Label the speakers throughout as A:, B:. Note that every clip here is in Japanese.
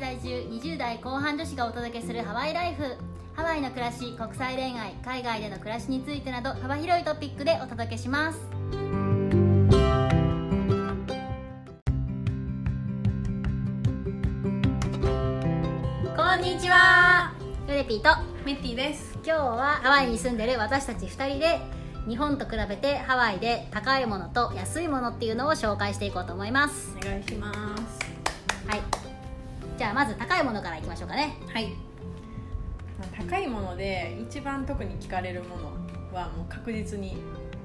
A: 20代後半女子がお届けするハワイライフハワイの暮らし国際恋愛海外での暮らしについてなど幅広いトピックでお届けしますこんにちはヨレピーと
B: メッティです
A: 今日はハワイに住んでる私たち2人で日本と比べてハワイで高いものと安いものっていうのを紹介していこうと思います
B: お願いします
A: はいじゃあまず高いものからいきましょうかね
B: はい高いもので一番特に聞かれるものはもう確実に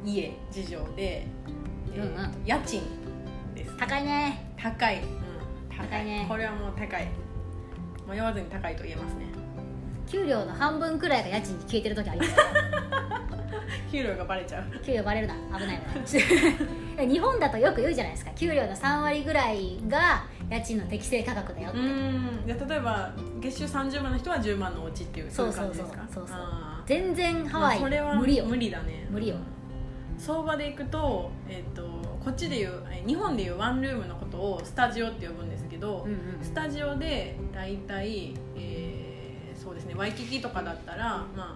B: 家事情で、えー
A: うん
B: 家賃です
A: 高いね
B: 高い、うん、高い
A: 高いね
B: これはもう高い迷わずに高いと言えますね
A: 給料の半分くらいが家賃に消えてる時あります
B: 給料がバレちゃう
A: 給料バレるな危ない危ない日本だとよく言うじゃないですか給料の3割ぐらいが家賃の適正価格だよって、
B: うんじゃあ例えば月収30万の人は10万のお家っていうそういう感じですか
A: そうそうそうそう
B: あー
A: 全然ハワイ
B: それは
A: 無理よ
B: 無理だね
A: 無理よ
B: 相場でいくと,、えっとこっちでいうえ日本でいうワンルームのことをスタジオって呼ぶんですけど、
A: うんうん
B: スタジオで大体、えーそうですねワイキキとかだったら、まあ、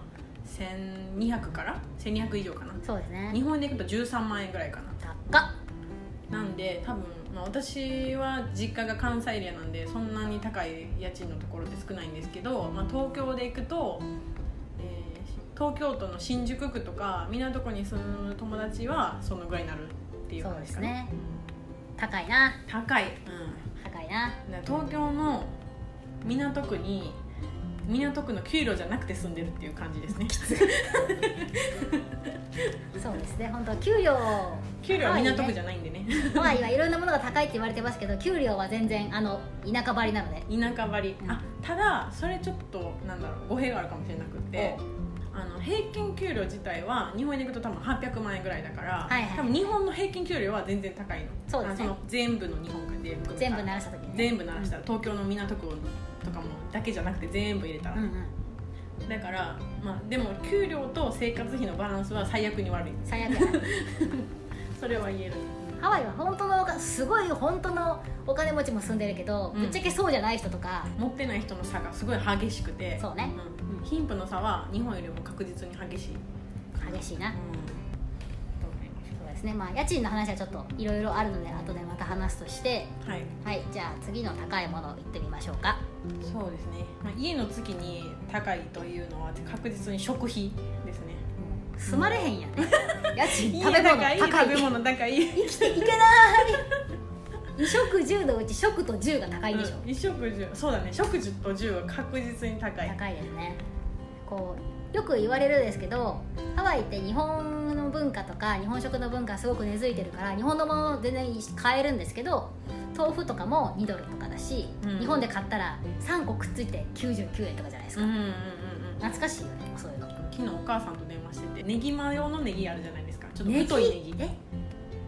B: 1200から1200以上かな
A: そうです
B: 日
A: ね
B: 本でいくと13万円ぐらいかな
A: 高っ
B: なんで多分、まあ、私は実家が関西エリアなんでそんなに高い家賃のところって少ないんですけど、まあ、東京で行くと、えー東京都の新宿区とか港区に住む友達はそのぐらいになるっていう
A: そう
B: 感
A: で
B: じ
A: す
B: かな
A: ね高いな
B: 高い、
A: 高いな
B: うん、だから東京の港区に港区の給料じゃなくて住んでるっていう感じですね
A: そうですね本当給料
B: 給料は港区じ
A: ゃ
B: ゃないんでね
A: ハワイはいろんなものが高いって言われてますけど給料は全然あの田舎張りなので
B: 田舎張り、
A: うん
B: あただそれちょっとなんだろう語弊があるかもしれなくてあの平均給料自体は日本に行くと多分800万円ぐらいだから、
A: はいはい
B: 多分日本の平均給料は全然高いの
A: そうですね
B: あのの全部の日本が全部
A: 全部鳴らした時に、ね、
B: 全部鳴らしたら東京の港区とかもだけじゃなくて全部入れたら、
A: うんうん
B: だから、まあ、でも給料と生活費のバランスは最悪に悪い
A: 最悪やな
B: それは言える
A: ハワイは本当のお金すごい本当のお金持ちも住んでるけど、
B: うん
A: ぶっちゃけそうじゃない人とか
B: 持ってない人の差がすごい激しくて
A: そうね、
B: うん貧富の差は日本よりも確実に激しい
A: 激しいな、
B: と思いま
A: そうですねまあ家賃の話はちょっといろいろあるので後でまた話すとして
B: すはい
A: はいじゃあ次の高いものいってみましょうか
B: そうですね、まあ、家の月に高いというのは確実に食費ですね
A: 住まれへんやん、ね家賃
B: 家
A: 食べ物
B: 高い
A: 高い
B: 食べ 物高い
A: 生きていけない 食10のうち食と10が高いでしょ、
B: うん衣食住そうだね食住と住は確実に高い
A: 高いですねこうよく言われるんですけどハワイって日本の文化とか日本食の文化すごく根付いてるから日本のものを全然買えるんですけど豆腐とかも2ドルとかだし、
B: うん
A: 日本で買ったら3個くっついて99円とかじゃないです
B: うん
A: か、
B: うんうんうん
A: 懐かしいよねそういうの
B: 昨日お母さんと電話しててネギマ用のネギあるじゃないですかちょっと太いネギ
A: え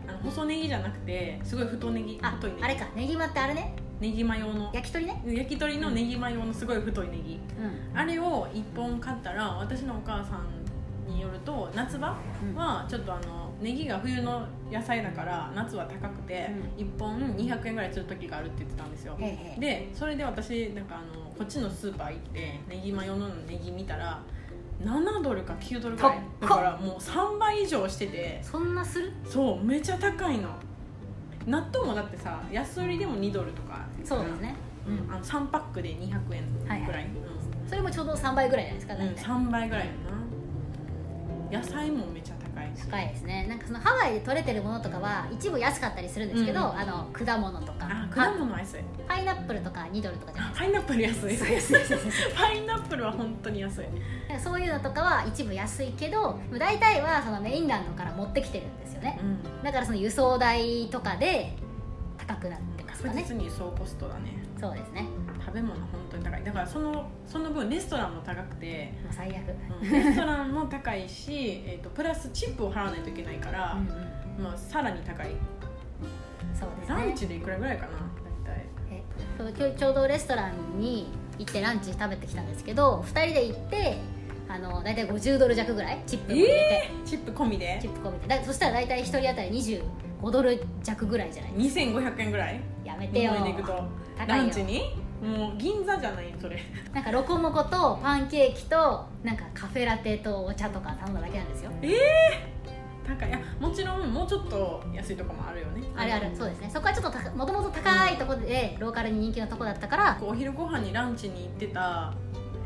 B: あの細ネギじゃなくてすごい太ネギ
A: あ
B: 太いネギ
A: あれかネギマってあれね
B: ネギマ用の
A: 焼き鳥ね
B: 焼き鳥のネギマ用のすごい太いネギ
A: うん
B: あれを1本買ったら私のお母さんによると夏場
A: うん
B: はちょっとあのネギが冬の野菜だから夏は高くて1本200円ぐらいする時があるって言ってたんですよ
A: へいへい
B: でそれで私なんかあのこっちのスーパー行ってネギマヨのネギ見たら7ドルか9ドルぐらい
A: 高
B: だ
A: っ
B: からもう3倍以上してて
A: そんなする
B: そうめちゃ高いの納豆もだってさ安売りでも2ドルとか
A: そうですね、
B: う
A: うん
B: ん、あの3パックで200円ぐらい、
A: はいはい
B: うん
A: それもちょうど3倍ぐらいじゃないですか
B: う
A: 大
B: ん、3
A: 体、
B: 倍ぐらいやな野菜もめちゃ高いし
A: 高いですねなんかそのハワイで取れてるものとかは一部安かったりするんですけど、
B: うん
A: あの果物とか
B: あ
A: パ
B: 果物安い
A: パイナップルとか2ドルとかじゃない
B: あパイナップル安い
A: そう安い安い安い
B: パイナップルは本当に安い
A: なんか そういうのとかは一部安いけどでも大体はそのメインランドから持ってきてるんですよね
B: うん
A: だからその輸送代とかで高くなってますか
B: 確
A: ね
B: 実に輸送コストだね
A: そうですねも
B: 食べ物本当に高いだからそのその分レストランも高くて、
A: う最悪、
B: うんレストランも高いし、えー、とプラスチップを払わないといけないから
A: うん、うん
B: まあ、さらに高い
A: そうです
B: ラン
A: ね
B: チでいくらぐらいかな大体
A: えそう今日ちょうどレストランに行ってランチ食べてきたんですけど2人で行ってあの大体50ドル弱ぐらいチップも入れて、
B: チップ込みで
A: チップ込みでだそしたら大体1人当たり25ドル弱ぐらいじゃない
B: 2500円ぐらい
A: やめて
B: 日
A: よ
B: 本円でいくと
A: 高い
B: ラ
A: よ
B: ンチにもう銀座じゃないそれ
A: なんかロコモコとパンケーキとなんかカフェラテとお茶とか頼んだだけなんですよ
B: 高いいやもちろんもうちょっと安いとこもあるよね
A: あるあるそうですねそこはちょっともともと高いとこでローカルに人気のとこだったから
B: お昼ご飯にランチに行ってた、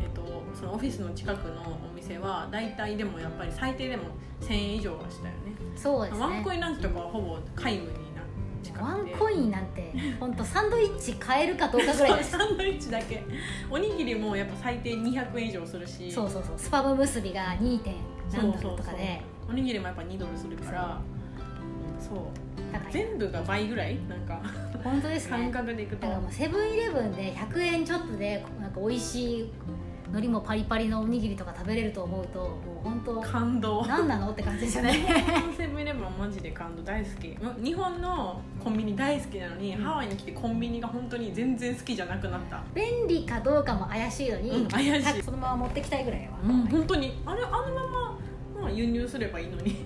B: えっとそのオフィスの近くのお店は大体でもやっぱり最低でも1000円以上はしたよね
A: そうですね
B: ワンコインランチとかはほぼ皆無にな近くて
A: ワンコインなんて本当サンドイッチ買えるかどうかぐらいです
B: そうサンドイッチだけおにぎりもやっぱ最低200円以上するし
A: そうそうそうスパム結びが 2. 点
B: そう
A: 何
B: そう
A: ド
B: そう
A: ルとかで
B: おにぎりもやっぱ2ドルするからそう
A: 高い
B: 全部が倍ぐらいなんか
A: 本当です
B: 感
A: ね
B: 覚でいくと
A: だからもうセブンイレブンで100円ちょっとでなんか美味しい海苔もパリパリのおにぎりとか食べれると思うともう本当
B: 感動
A: 何なのって感じです よね
B: セブンイレブンはマジで感動大好きうん日本のコンビニ大好きなのに、
A: うん
B: ハワイに来てコンビニが本当に全然好きじゃなくなった
A: 便利かどうかも怪しいのに、
B: うん怪しい
A: そのまま持ってきたいぐらいは、
B: うん本当にあれあのまま、まあ、輸入すればいいのに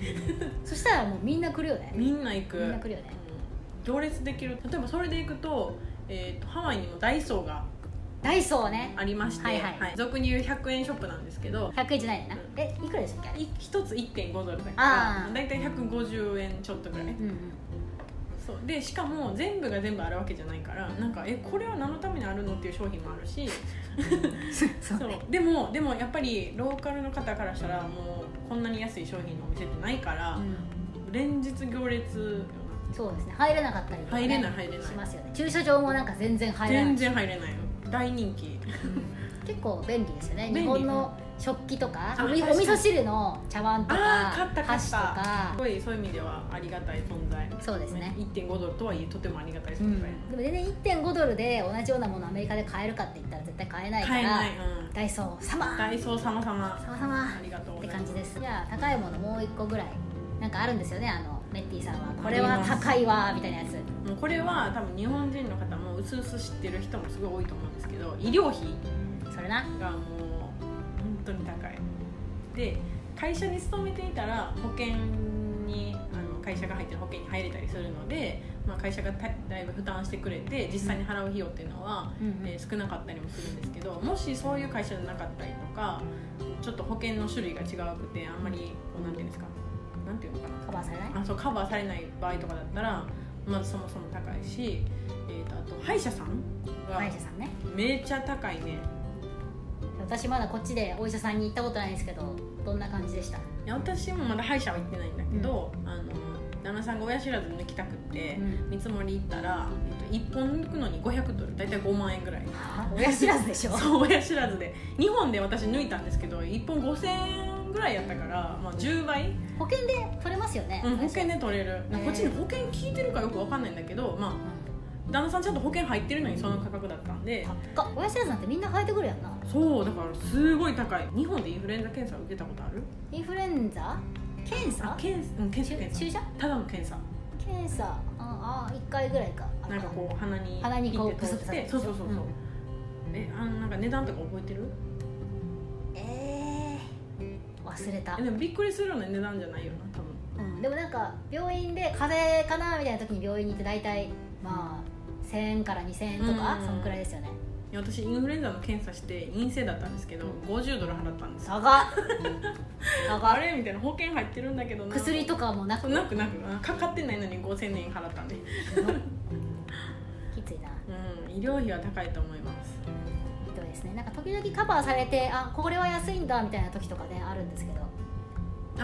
A: そしたらもうみんな来るよね
B: みんな行く
A: みんな来るよね
B: うん行列できる例えばそれで行くと,、えーとハワイにもダイソーが
A: ダイソーね
B: ありまして、
A: はいはい
B: 俗に言う100円ショップなんですけど
A: 100円じゃないよな
B: う
A: えいくらでしたっけあれ
B: い一つ1.5ドルだか
A: あ
B: ら
A: ー
B: 大体150円ちょっとぐらい
A: うんうん
B: そうでしかも全部が全部あるわけじゃないからなんかえこれは何のためにあるのっていう商品もあるし
A: そう
B: そうでもでもやっぱりローカルの方からしたらもうこんなに安い商品のお店ってないから、連日行列よ
A: そうですね入れなかったりとかね、
B: 入れない入れない
A: しますよね駐車場もなんか全然
B: な
A: 入らない
B: 全然入れないよ大人気
A: うん結構便利ですよね
B: 便利
A: 日本の食器とか
B: あ
A: おみお
B: 確か
A: 味
B: に
A: 噌汁の茶碗とか
B: あー買った買った
A: 箸とか
B: すごいそういう意味ではありがたい存在
A: そうですね、
B: 1.5ドルとはいえとてもありがたい
A: うん
B: 存在、
A: でも全然1.5ドルで同じようなものアメリカで買えるかって言ったら絶対買えないか
B: 買え
A: ら
B: ない、うん、
A: ダイソー様
B: ダイソー様様
A: 様様
B: ありがとう
A: っ
B: ご
A: て
B: ざい
A: 感
B: ます
A: じですじゃあ高いものもう一個ぐらいなんかあるんですよねあのメッティさんはこれは高いわみたいなやつ
B: もうこれは多分日本人の方もうすうす知ってる人もすごい多いと思うんですけど医療費
A: それな
B: がもう本当に高いで会社に勤めていたら保険にあの会社が入ってる保険に入れたりするので、まあ、会社がだだいぶ負担してくれて実際に払う費用っていうのは、
A: うんうん
B: えー少なかったりもするんですけどもしそういう会社じゃなかったりとかちょっと保険の種類が違くてあんまりこうなんていうんですかなんていうのかな
A: カバーされない
B: あそうカバーされない場合とかだったらまずそもそも高いし、えー、とあと歯医者さんが
A: 歯医者さんね
B: めちゃ高いね
A: 私まだこっちでお医者さんに行ったことないんですけどどんな感じでした、
B: いや私もまだ歯医者は行ってないんだけど、あの旦那さんが親知らず抜きたくって、見積もり行ったら、えっと、1本抜くのに500ドル大体5万円ぐらい
A: はあ親知らずでしょ
B: そう親知らずで2本で私抜いたんですけど1本5000円ぐらいやったから、まあ、10倍、
A: 保険で取れますよね、
B: うん、保
A: 親知
B: 険
A: らず
B: で取れる、
A: へー
B: こっちに保険聞いてるかよく分かんないんだけど、まあ、旦那さんちゃんと保険入ってるのにその価格だったんで
A: うん高っ親知らずなんてみんな生えてくるやんな
B: そうだからすごい高い日本でインフルエンザ検査受けたことある
A: インフルエンザ検査
B: 検査うん検査
A: 注
B: 検査
A: 注射
B: ただの検査
A: 検査ああ1回ぐらいかあ
B: なんかこう鼻に
A: 鼻にこう
B: ピッて通
A: こう
B: し
A: 刺
B: て
A: す
B: そうそうそうそう、
A: うん
B: えあのなんか値段とか覚えてる
A: えー、忘れた
B: え、でもびっくりするような値段じゃないよな多分
A: うん、でもなんか病院で風邪かなみたいな時に病院に行って大体まあ1000円から2000円とか、
B: うん
A: そんくらいですよね
B: いや私インフルエンザの検査して陰性だったんですけど50ドル払ったんですよ
A: 高っ高
B: あ
A: っ
B: れみたいな保険入ってるんだけどな
A: 薬とかも な
B: そ
A: く
B: うなくなくあかかってないのに5000円払ったんで
A: きついな
B: うん医療費は高いと思います
A: ひどいですねなんか時々カバーされてあこれは安いんだみたいな時とかねあるんですけど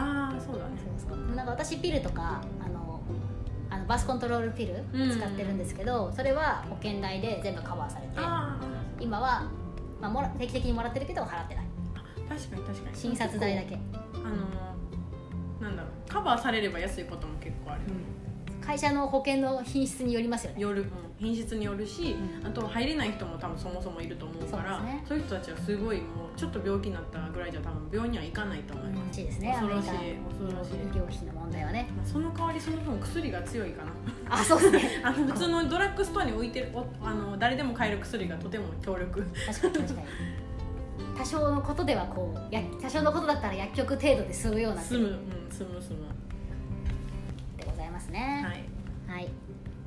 B: ああそうだね
A: そうそうなんか私ピルとかあのあのバスコントロールピル
B: うん
A: 使ってるんですけど、それは保険代で全部カバーされて
B: ああ
A: 今は、まあ、もら定期的にもらってるけど払ってない
B: 確かに確かに
A: 診察代だけ、
B: あのなんだろうカバーされれば安いことも結構ある
A: 会社の保険の品質によりますよね
B: よる、うん品質によるし、
A: う
B: あと入れない人も多分そもそもいると思うからそ
A: そう
B: うい
A: ですね
B: う人たちはすごいもうちょっと病気になったぐらいじゃ多分病院には行かないと思いま
A: 楽
B: す、
A: しいですねア
B: 恐
A: メリ
B: ろしい
A: カの
B: 恐ろしい
A: 医療費の問題はね
B: まあその代わりその分薬が強いかな
A: あそうですね
B: あの普通のドラッグストアに置いてるおあの誰でも買える薬がとても強力
A: 確かに確かに多少のことではこうや多少のことだったら薬局程度で済むような
B: 済む、うん、済む済む
A: でございますね
B: はい
A: はい、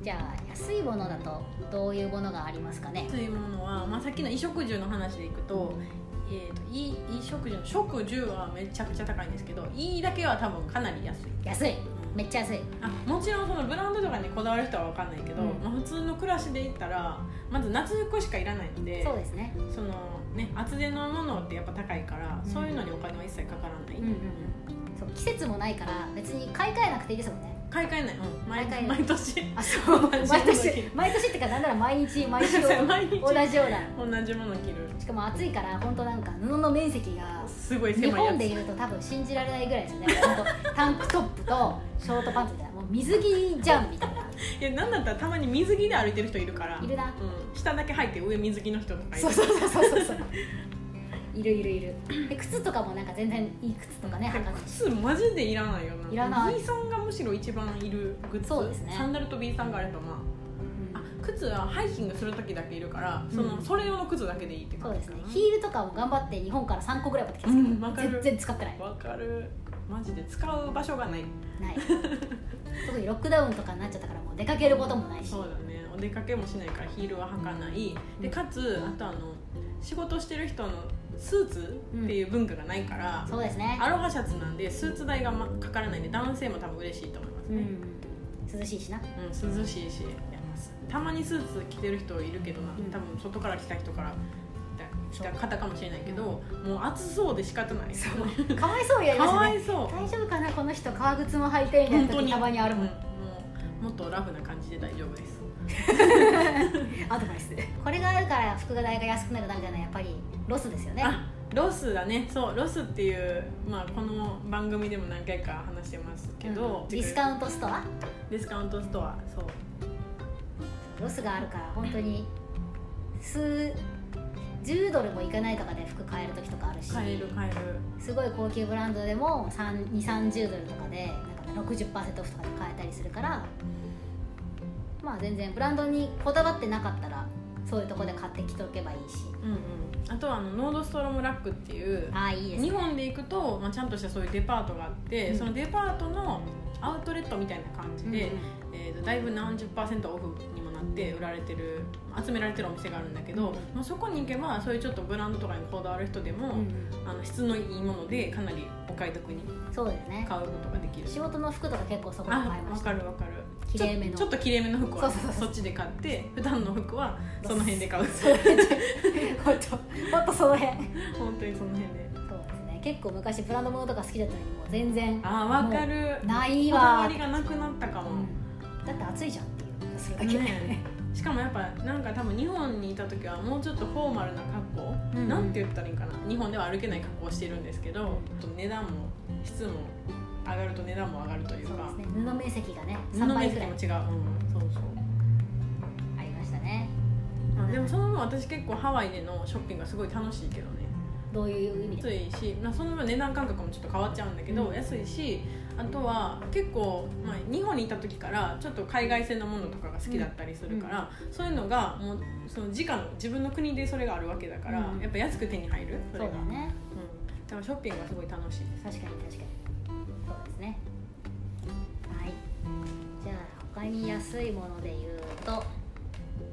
A: じゃあ安いものだとどういうものがありますかね
B: というものは、まあ、さっきの衣食住の話でいくと,、えー、とい衣食住の食住はめちゃくちゃ高いんですけどいいだけは多分かなり安い、
A: 安いめっちゃ安い
B: あもちろんそのブランドとかにこだわる人は分かんないけど、
A: うん
B: まあ、普通の暮らしで言ったらまず夏服しかいらないので
A: そうですね
B: その、ね、厚手のものってやっぱ高いから、
A: うん
B: そういうのにお金は一切かからない、
A: うんうんうんそう季節もないから別に買い替えなくていいですもんね
B: 買い替えない、うん、毎
A: 買い替えない
B: 毎年
A: あそう毎
B: 毎
A: 年毎年ってかなんなら毎 日毎週同じよう
B: 毎日
A: な
B: 同じもの着る
A: しかも暑いから本当なんか布の面積が
B: すごい
A: 日
B: 狭いやつ
A: 本でいうと多分信じられないぐらいですねほんとタンクトップとショートパンツみたいなもう水着じゃんみたいない
B: やなんだったらたまに水着で歩いてる人いるから
A: いるな
B: うん、下だけ履いて上水着の人とかい
A: そう
B: る
A: そうそうそうそ うそういるいるいるで靴とかもなんか全然いい靴とかね履かないし
B: 靴マジでいらないよない
A: らない
B: B さんがむしろ一番いるグッズ
A: そうですね
B: サンダルと B さんがあればま
A: うん
B: ああ靴はハイキングする時だけいるからその、
A: うん
B: それ用の靴だけでいいって
A: そ
B: 感
A: う
B: じ
A: です
B: か
A: ね
B: な
A: ヒールとかも頑張って日本から3個ぐらい持ってきたん
B: うんわ
A: で
B: か
A: すけ
B: る
A: ど全然使ってない
B: わかるマジで使う場所がない
A: ない 特にロックダウンとかになっちゃったからもう出かけることもないし
B: そうだねお出かけもしないからヒールは履かない、でかつあとあの仕事してる人のスーツっていう文化がないから、
A: そうですね
B: アロハシャツなんでスーツ代がまかからないんで男性も多分嬉しいと思います
A: う
B: ね、
A: ん涼しいしな
B: うん涼しいしいやたまにスーツ着てる人いるけどな、
A: うん
B: 多分外から来た人から来た
A: そう
B: 方かもしれないけどもう暑そうで仕方ないそう
A: かわいそうになり
B: か
A: ました
B: わ
A: ね
B: いそう
A: 大丈夫かなこの人革靴も履いてみたいな時たまにあるもん
B: うんもうもっとラフな感じで大丈夫です
A: アドバイスこれがあるから服代が安くなるなみたいなやっぱりロスですよね
B: あロスだねそうロスっていう、まあ、この番組でも何回か話してますけど、
A: うんディスカ
B: ン
A: ウントストア
B: ディスカウントストアそう
A: ロスがあるから本当に数10ドルもいかないとかで服買える時とかあるし
B: 買える買える
A: すごい高級ブランドでも3 2 3 0ドルとかでなんか60%オフとかで買えたりするからまあ全然ブランドにこだわってなかったらそういうとこで買ってきておけばいいし
B: うんうんあとはあのノードストロムラックっていう
A: ああいいです
B: 日本で行くと、まあ、ちゃんとしたそういうデパートがあって、
A: うん
B: そのデパートのアウトレットみたいな感じで、えーとだいぶ何十パーセントオフにもなって売られてる集められてるお店があるんだけど、まあ、そこに行けばそういうちょっとブランドとかにこだわる人でも、
A: うんうん
B: あの質のいいものでかなりお買い得に
A: うんそうですね
B: 買うことができる
A: 仕事の服とか結構そこで買
B: あ
A: いま
B: わ
A: し
B: か
A: た
B: るわかる
A: きれいめの
B: ちょちょっときれいめの服は
A: そうそうそう
B: そっちで買って普段の服はその辺で買う
A: 本当本当その辺
B: 本当にその辺で
A: そうですね結構昔ブランド物とか好きだったのにもう全然
B: あわかる
A: ない
B: こだわ
A: わ
B: りがなくなったかも、
A: だって暑いじゃんっていうそれだけ、
B: ねしかもやっぱなんか多分日本にいた時はもうちょっとフォーマルな格好、
A: うん
B: なんて言ったらいいんかな日本では歩けない格好をしてるんですけどちょっと値段も質も上がると値段も上がるという
A: そう
B: か
A: ですね布面積がね
B: 布
A: 3
B: の面
A: 倍ぐ
B: 積
A: らい
B: も違う、うん、そうそう
A: ありましたね
B: あでもその分私結構ハワイでのショッピングがすごい楽しいけどね
A: どういう意味で
B: 安いし、まあ、その分値段感覚もちょっと変わっちゃうんだけど、
A: うん
B: 安いしあとは結構、まあ、日本にいた時からちょっと海外製のものとかが好きだったりするから、そういうのがもうその時価の自分の国でそれがあるわけだから、
A: うん
B: やっぱ安く手に入るそ
A: そう
B: れ
A: だ
B: が
A: よね
B: うん、だからショッピングがすごい楽しいです
A: 確かに確かにそうですねはいじゃあ他に安いもので言うと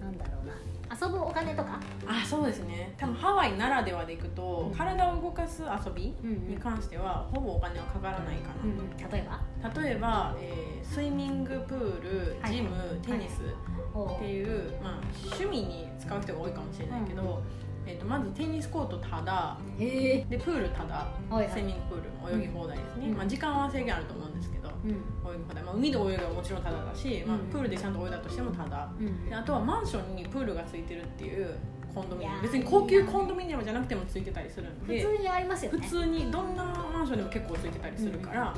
A: なんだろうな遊ぶお金とか、
B: あそうですね多分ハワイならではでいくと体を動かす遊び
A: うんうん
B: に関してはほぼお金はかからないかな、
A: うん例えば
B: 例えば、えースイミングプール
A: はい
B: ジム、テニス
A: お
B: っていう、まあ、趣味に使う人が多いかもしれないけど、えー、とまずテニスコートただ
A: へえ
B: でプールただ
A: はいは
B: スイ
A: い、
B: ミングプールも泳ぎ放題ですね、
A: うん
B: まあ、時間は制限あると思うんですけど
A: うん
B: 泳ぎ放題、まあ、海で泳いだはもちろんただだし、まあ
A: うん、
B: プールでちゃんと泳いだとしてもただ
A: うん
B: であとはマンションにプールがついてるっていうコンドミニア
A: いや
B: ム
A: ー
B: 別に高級コンドミニアムじゃなくてもついてたりするん
A: 普
B: で
A: 通にありますよ
B: 普
A: ね
B: 通にどんなマンションでも結構ついてたりするから、あの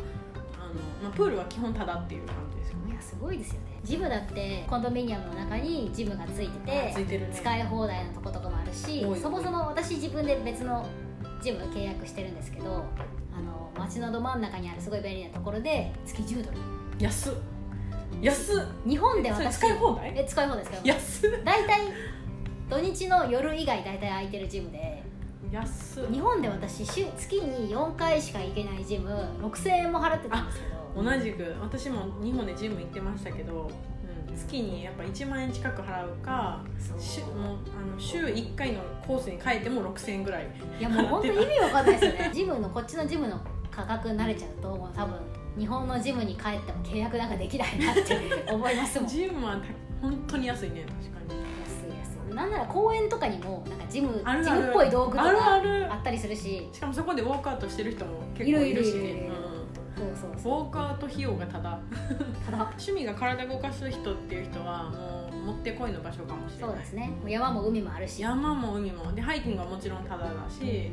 B: まあ、プールは基本ただっていう感じですよね
A: いやすごいですよねジムだってコンドミニアムの中にジムがついてて
B: ついてるね
A: 使い放題のとことかもあるし
B: 多い
A: そもそも私自分で別のジム契約してるんですけどあの街のど真ん中にあるすごい便利なところで月10ドル
B: 安っ安っ
A: 日本で
B: それ
A: 私
B: 使い放題
A: え使い放題ですか
B: 安っ
A: 大体土日の夜以外大体空いてるジムで
B: 安っ
A: 日本で私週月に4回しか行けないジム6000円も払ってたんですけど
B: 同じく私も日本でジム行ってましたけど、うん、月にやっぱ1万円近く払うか
A: そう
B: しもうあの週1回のコースに変えても6000円ぐらい
A: いやもう本当に意味わかんないですよねジムのこっちのジムの価格に慣れちゃうともう多分日本のジムに帰っても契約なんかできないなって思 いますもん安い
B: ジムはた本当に安いね
A: 安いなんなら公園とかにもなんかジム
B: 確かにある
A: ジ
B: ある
A: ムっぽい道具とか
B: あるある
A: あったりするし
B: しかもそこでウォークアウトしてる人も結構いるしね
A: いるいるいるいるそうそう
B: うんウ
A: そう
B: ォークアウト費用がただ
A: ただ
B: 趣味が体動かす人っていう人はもうもってこいの場所かもしれ
A: そ
B: な
A: う
B: い
A: ですねもう山も海もあるし
B: 山も海もでハイキングはもちろんタダだし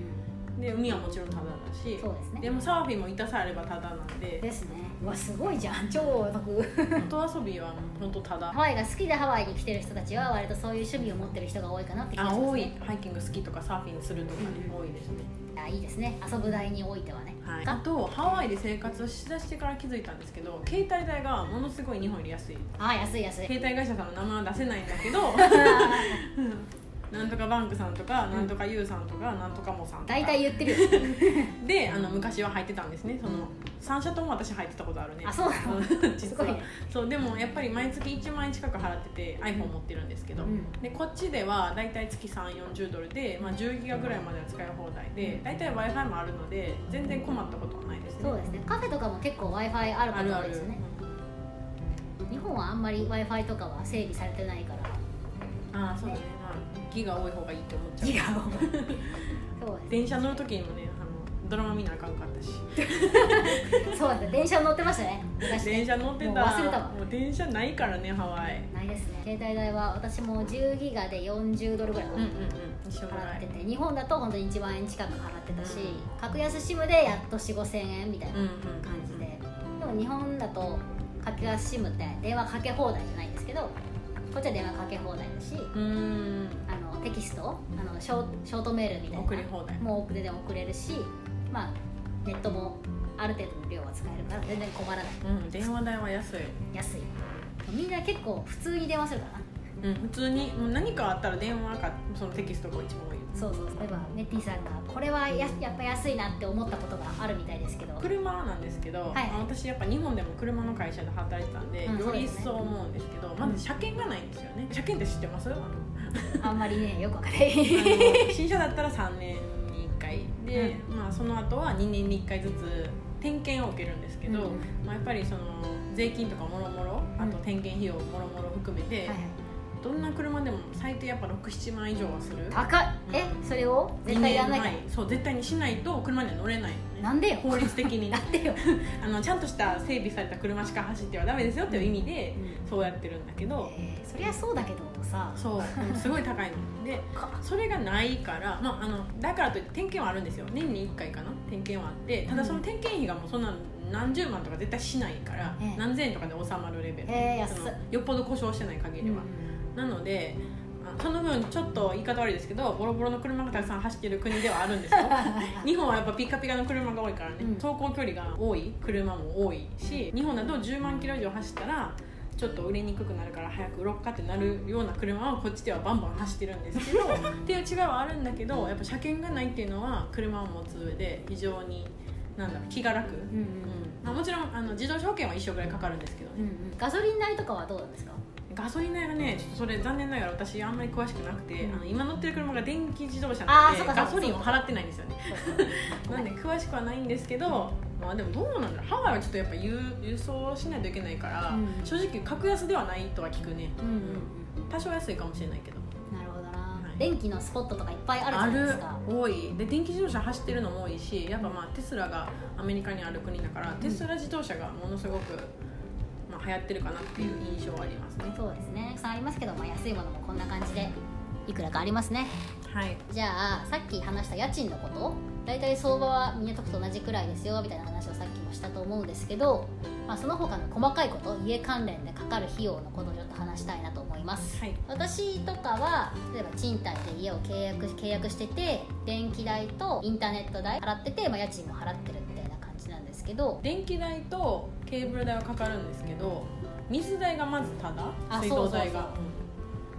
B: で海はもちろんタダだし
A: そうですね
B: でもサーフィンも板さえあればタダなんで
A: ですねうわすごいじゃん超お得
B: 音遊びは本当タダ
A: ハワイが好きでハワイに来てる人たちは割とそういう趣味を持ってる人が多いかなって気が
B: あ
A: します
B: 多い
A: ね
B: ハイキング好きとかサーフィンするとかね多いですね、
A: あいいですね遊ぶ台においてはね、
B: はい、あ
A: が
B: とハワイで生活をしだしてから気づいたんですけど携帯代がものすごい日本より安い
A: あ安い安い
B: 携帯会社さんの名前は出せないんだけ どなんとかバンクさんとかなんとかユーさんとかなんとかもさんとか
A: 大体言ってるよ
B: であの昔は入ってたんですねその3社とも私入ってたことあるね
A: あそうなの
B: うん
A: す
B: 実
A: ごい
B: は
A: ね
B: そうでもやっぱり毎月1万円近く払ってて iPhone 持ってるんですけど、
A: うん
B: でこっちではだいたい月340ドルで、まあ、10ギガぐらいまでは使い放題でだいたい w i f i もあるので全然困ったことはないですね
A: そうですねカフェとかも結構 w i f i あるこ
B: あ
A: と
B: る
A: 多
B: あ
A: い
B: る
A: ですよね日本はあんまり w i f i とかは整備されてないから
B: ああそうだね、まあ、ギガ多い方がいいと思っちゃう
A: 違う そうですね
B: 電車乗る時にもねあのドラマ見なあかんかったし
A: そうですね電車乗ってましたね昔ね
B: 電車乗ってた
A: もう忘れたわ
B: もう電車ないからねハワイ
A: ないですね携帯代は私も10ギガで40ドルぐらい
B: うんうんうん一緒ぐら
A: 払って
B: い
A: て日本だと本当に1万円近く払ってたし、格安 SIM でやっと4 5 0 0円みたい
B: う
A: な
B: んうん
A: 感じで、でも日本だと格安 SIM って電話かけ放題じゃないんですけどこっちは電話かけ放題だし
B: うん
A: あのテキストあのショーショートメールみたいな
B: 送り放題
A: もう送れで送れるし、まあ、ネットもある程度の量は使えるから全然困らない
B: うん電話代は安い、
A: 安いみんな結構普通に電話するからな
B: うん、普通にもう何かあったら電話かそのテキストが一番多い
A: そうそう例えばメッティさんがこれはややっぱ安いなって思ったことがあるみたいですけど
B: 車なんですけど、
A: はい
B: あ私やっぱ日本でも車の会社で働いてたんで、
A: うん
B: より一
A: そうですね
B: 層思うんですけどまず車検がないんですよね車検って知ってます あのあ
A: あんまり ねよくわかんない
B: の新車だったら3年に1回で、まあ、その後は2年に1回ずつ点検を受けるんですけど、
A: うんうん
B: まあ、やっぱりその税金とかもろもろあと点検費用もろもろ含めて、
A: はいはい
B: どんな車でも最低やっぱ67万以上はする
A: 高いえそれを絶対やらないか
B: 二年前そう絶対にしないと車には乗れないの
A: な
B: ね
A: んでよ
B: 法律的に
A: な
B: ね
A: んでよ、
B: あのちゃんとした整備された車しか走ってはダメですよっていう意味でそうやってるんだけど
A: えーそりゃそうだけどさ
B: そうでもすごい高いので
A: か
B: それがないから、まあ、あのだからといって点検はあるんですよ年に1回かな点検はあってただその点検費がもうそんな何十万とか絶対しないから、
A: ええ
B: 何千円とかで収まるレベル、
A: ええ安っ
B: そのよっぽど故障してない限りは、なのであその分ちょっと言い方悪いですけどボロボロの車がたくさん走ってる国ではあるんですよ日本はやっぱピカピカの車が多いからね、
A: うん
B: 走行距離が多い車も多いし日本だと10万キロ以上走ったらちょっと売れにくくなるから早く売ろっかってなるような車はこっちではバンバン走ってるんですけどっていう違いはあるんだけどやっぱ車検がないっていうのは車を持つ上で非常になんだろう気が楽、
A: うんうん
B: うんまあ、もちろんあの自動車保険は一生ぐらいかかるんですけどね
A: うんうんガソリン代とかはどうなんですか
B: ガソリン代がねちょっとそれ残念ながら私あんまり詳しくなくて、
A: うん
B: あの今乗ってる車が電気自動車
A: あ
B: な
A: ー
B: の
A: そ
B: で
A: うかそうか
B: ガソリンを払ってないんですよねなんで詳しくはないんですけどまあでもどうなんだろうハワイはちょっとやっぱ輸輸送しないといけないから、
A: うん
B: 正直格安ではないとは聞くね
A: うんうん
B: 多少安いかもしれないけど
A: うんなるほどな、
B: はい
A: 電気のスポットとかいっぱいあるじゃないですか
B: 多いで電気自動車走ってるのも多いしやっぱまあテスラがアメリカにある国だから、テスラ自動車がものすごく、まあ、流行ってるかなっていう印象はありますね、
A: そうですねたくさんありますけど、まあ、安いものもこんな感じでいくらかありますね
B: はい
A: じゃあさっき話した家賃のこと大体相場は港区と同じくらいですよみたいな話をさっきもしたと思うんですけど、まあ、その他の細かいこと家関連でかかる費用のことをちょっと話したいなと思います
B: はい
A: 私とかは例えば賃貸で家を契約契約してて電気代とインターネット代払ってて、まあ、家賃も払ってるみたいな感じなんですけど
B: 電気代とケーブル代はかかるんですけど水代がまずタ
A: あ
B: ダ水道代が
A: そうそう
B: うん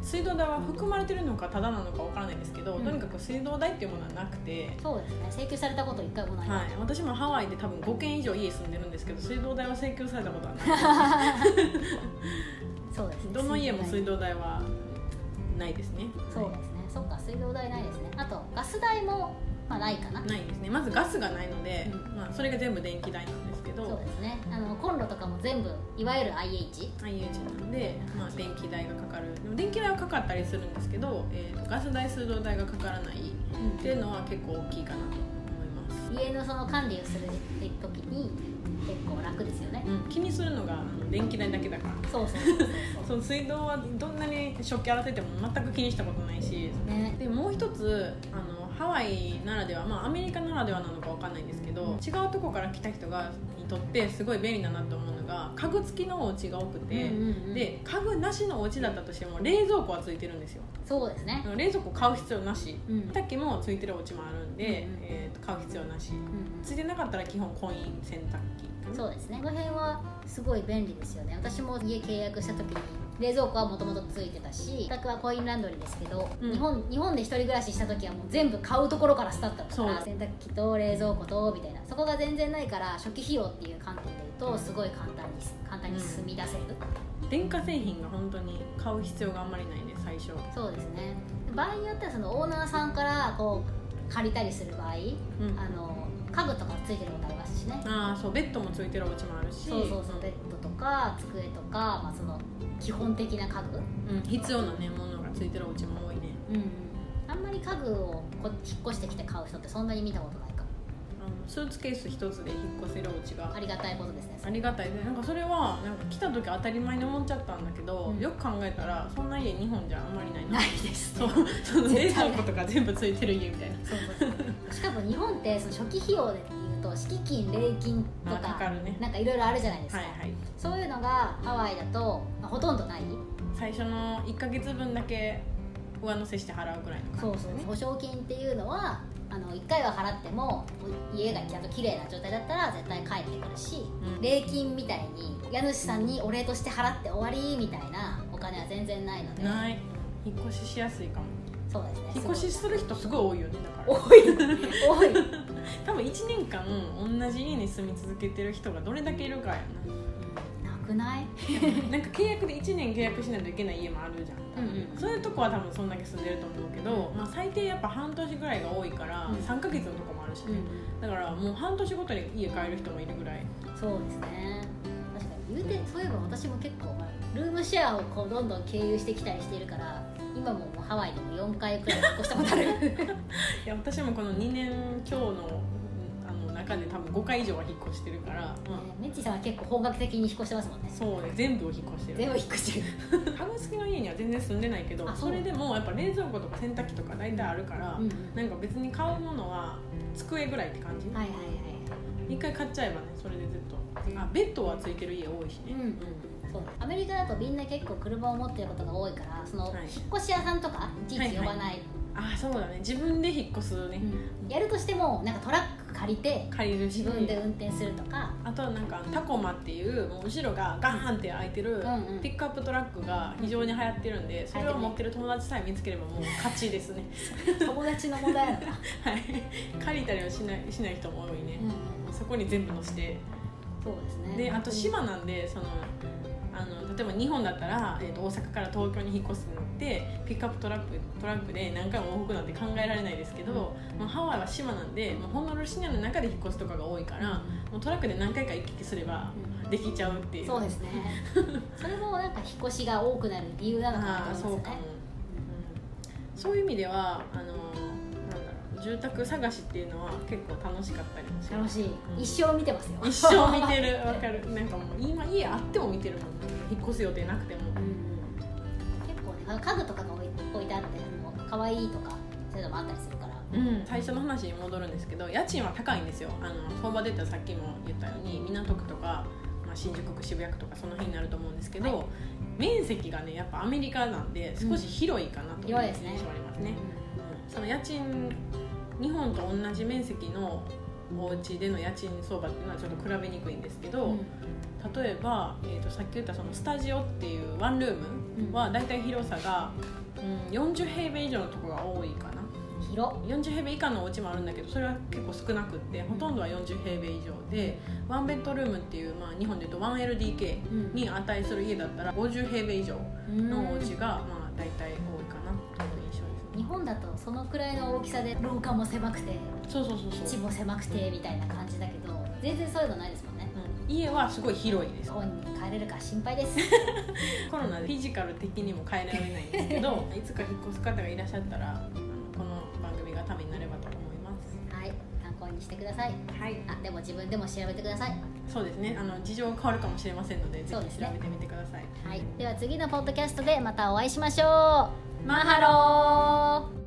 B: 水道代は含まれてるのかタダなのかわからないですけど、
A: うん
B: とにかく水道代っていうものはなくて、
A: そうですね請求されたこと一回もない、
B: はい、私もハワイで多分5軒以 上家住んでるんですけど水道代は請求されたことはない
A: そうですね
B: どの家も水道代はないですね
A: そうですねそっか水道代ないですねあとガス代も、まあ、ないかな
B: ないですねまずガスがないので、
A: うん
B: まあ、それが全部電気代なんですけ
A: そう
B: ど
A: ですねあのコンロとかも全部いわゆる IH
B: IH なんで、まあ、電気代がかかるでも電気代はかかったりするんですけど、えーとガス代水道代がかからないっていうのは結構大きいかなと思います、
A: 家のその管理をする時に結構楽ですよね
B: うん、気にするのがあの電気代だけだから
A: そうそうそうそう
B: その水道はどんなに食器洗ってても全く気にしたことないし
A: ね
B: でもう一つあのハワイならでは、まあ、アメリカならではなのかわかんないんですけど、
A: うん
B: 違うとこから来た人がにとってすごい便利だなと思うのが家具付きのお家が多くて、
A: うんうんうん
B: で家具なしのお家だったとしても冷蔵庫は付いてるんですよ
A: そうですね
B: あの冷蔵庫買う必要なし
A: うん
B: 洗濯機も付いてるお家もあるんで、
A: うんうん
B: えーと買う必要なし
A: うん
B: 付いてなかったら基本婚姻洗濯機かな
A: そうですねこの辺はすごい便利ですよね私も家契約した時に冷蔵庫はもともとついてたし宅はコインランドリーですけど、
B: うん
A: 日本日本で一人暮らしした時はもう全部買うところからスタートだったか
B: そ
A: ら
B: う
A: 洗濯機と冷蔵庫とみたいなそこが全然ないから初期費用っていう観点で言うとすごい簡単に簡単に進み出せる、
B: 電化製品が本当に買う必要があんまりないね最初
A: そうですね場合によってはそのオーナーさんからこう借りたりする場合、
B: うん
A: あの家具とかついてることありますしね
B: ああそうベッドも付いてるお家もあるし
A: そうそうそうベッドとか机とか、まあ、その基本的な家具
B: うん、必要なねものがついてるお家も多いね
A: うんうんあんまり家具をこ引っ越してきて買う人ってそんなに見たことないかも
B: あのスーツケース一つで引っ越せるお家が
A: ありがたいことですね
B: ありがたいねなんかそれはなんか来た時当たり前に思っちゃったんだけど、
A: うん
B: よく考えたらそんな家日本じゃあんまりないな
A: ないです
B: そう
A: ね
B: その冷蔵
A: 絶対ない
B: 庫とか全部ついてる家みたいな
A: そうそうそうしかも日本ってその初期費用で言うと敷金礼金と
B: あ
A: か
B: かかるね
A: なんかいろいろあるじゃないです
B: は
A: か、
B: いはい
A: そういうのがハワイだと、まあ、ほとんどない
B: 最初の1か月分だけ上乗せして払うぐらいの
A: そ
B: 感
A: う
B: じ
A: そう保証金っていうのはあの1回は払っても家がちゃんと綺麗な状態だったら絶対返ってくるし、
B: うん
A: 礼金みたいに家主さんにお礼として払って終わりみたいなお金は全然ないので
B: ない引っ越ししやすいかも
A: そうですね
B: 引っ越し
A: す
B: する人すごい多いよねだから
A: ごい多い 多い
B: 多分1年間同じ家に住み続けてる人がどれだけいるかやな
A: なくない
B: なんか契約で1年契約しないといけない家もあるじゃん、
A: うんうん
B: そういうとこは多分そんだけ住んでると思うけど、まあ、最低やっぱ半年ぐらいが多いから、
A: うん
B: 3ヶ月のとこもあるし、ね
A: う
B: だからもう半年ごとに家帰る人もいるぐらい
A: そうですね確かに言うてそういえば私も結構、まあルームシェアをこうどんどん経由してきたりしているから今ももうハワイでも4回くらい引っ越した ことある
B: いや私もこの2年強のあの中で多分5回以上は引っ越してるから、ま
A: メッチーさんは結構本格的に引っ越してますもんね
B: あ、そうね全部を引っ越して
A: 全
B: る
A: 部引っ越してる
B: 家具付きの家には全然住んでないけど
A: あ
B: それでもやっぱ冷蔵庫とか洗濯機とか大体あるから、
A: うん
B: なんか別に買うものは机ぐらいって感じ、
A: はいはいは
B: 一回買っちゃえばねそれでずっとあベッドはついてる家多いしね、
A: いうんうんそうアメリカだとみんな結構車を持ってることが多いからその
B: はい
A: 引っ越し屋さんとかいちいち呼ばない、
B: あそうだね自分で引っ越すね、
A: うんやるとしてもなんかトラック借りて
B: 借りるし
A: 自分で運転するとか、
B: あとはなんかタコマっていうもう後ろがガーンって開いてる、
A: んうん
B: ピックアップトラックが非常に流行ってるんでそれを持ってる友達さえ見つければもう勝ちですね
A: 友達の問題だから、
B: はい 借りたりはしないしない人も多いね
A: うん、
B: そこに全部載せて
A: そうですね
B: であと島なんでそのあの例えば日本だったら、えーと大阪から東京に引っ越すのってピックアップトラックトラックで何回も往復なんて考えられないですけど、もうハワイは島なんでもうホノルル市内の中で引っ越すとかが多いからもうトラックで何回か行き来すれば
A: う
B: できちゃうっていう。
A: そ うですねそれもなんか引っ越しが多くなる理由なのか
B: あ
A: な
B: ー
A: と
B: そ
A: 思いうま
B: か
A: すよ
B: も
A: ね、
B: そういう意味ではあのなんだろう住宅探しっていうのは結構楽しかったりもし
A: 楽
B: ます
A: しい、
B: ん
A: 一生見てますよ
B: 一生見 てるわかるなんかもう今家あっても見てるもん引っ越す予定なくても
A: 結構ねあの家具とかが置い置いてあってあの可愛いとかそういうのもあったりするから
B: うん、最初の話に戻るんですけど家賃は高いんですよあの相場で言ったらさっきも言ったように港区とか、まあ、新宿区渋谷区とかその辺になると思うんですけど、
A: は
B: 面積がねやっぱアメリカなんで少し広いかなという印象
A: 広
B: あ
A: い
B: り
A: ですね
B: ますね、うんその家賃日本と同じ面積のお家での家賃相場っていうのはちょっと比べにくいんですけど、
A: うん
B: 例えば、えー、とさっき言ったそのスタジオっていうワンルームはだいたい広さが、うん、40平米以上のところが多いかな
A: 広
B: 40平米以下のお家もあるんだけどそれは結構少なくってほとんどは40平米以上でワンベッドルームっていう、まあ、日本でいうと 1LDK
A: うん
B: に値する家だったら50平米以上のお
A: うん
B: 家が、まあ、大体多いかなという印象ですね
A: 日本だとそのくらいの大きさで廊下も狭くて
B: そうそうそうそう
A: 基地も狭くてみたいな感じだけど全然そういうのないですもんね
B: うん家はすごい広いです
A: 日本に帰れるか心配 です
B: コロナでフィジカル的にも変えられないんですけどいつか引っ越す方がいらっしゃったらあのこの番組がためになればと思います
A: はい参考にしてください
B: はい
A: あでも自分でも調べてください
B: そうですねあの事情が変わるかもしれませんのでぜ
A: そうです
B: ひ調
A: ね
B: べてみてください、
A: はい、では次のポッドキャストでまたお会いしましょう。マ
B: マ
A: ハロー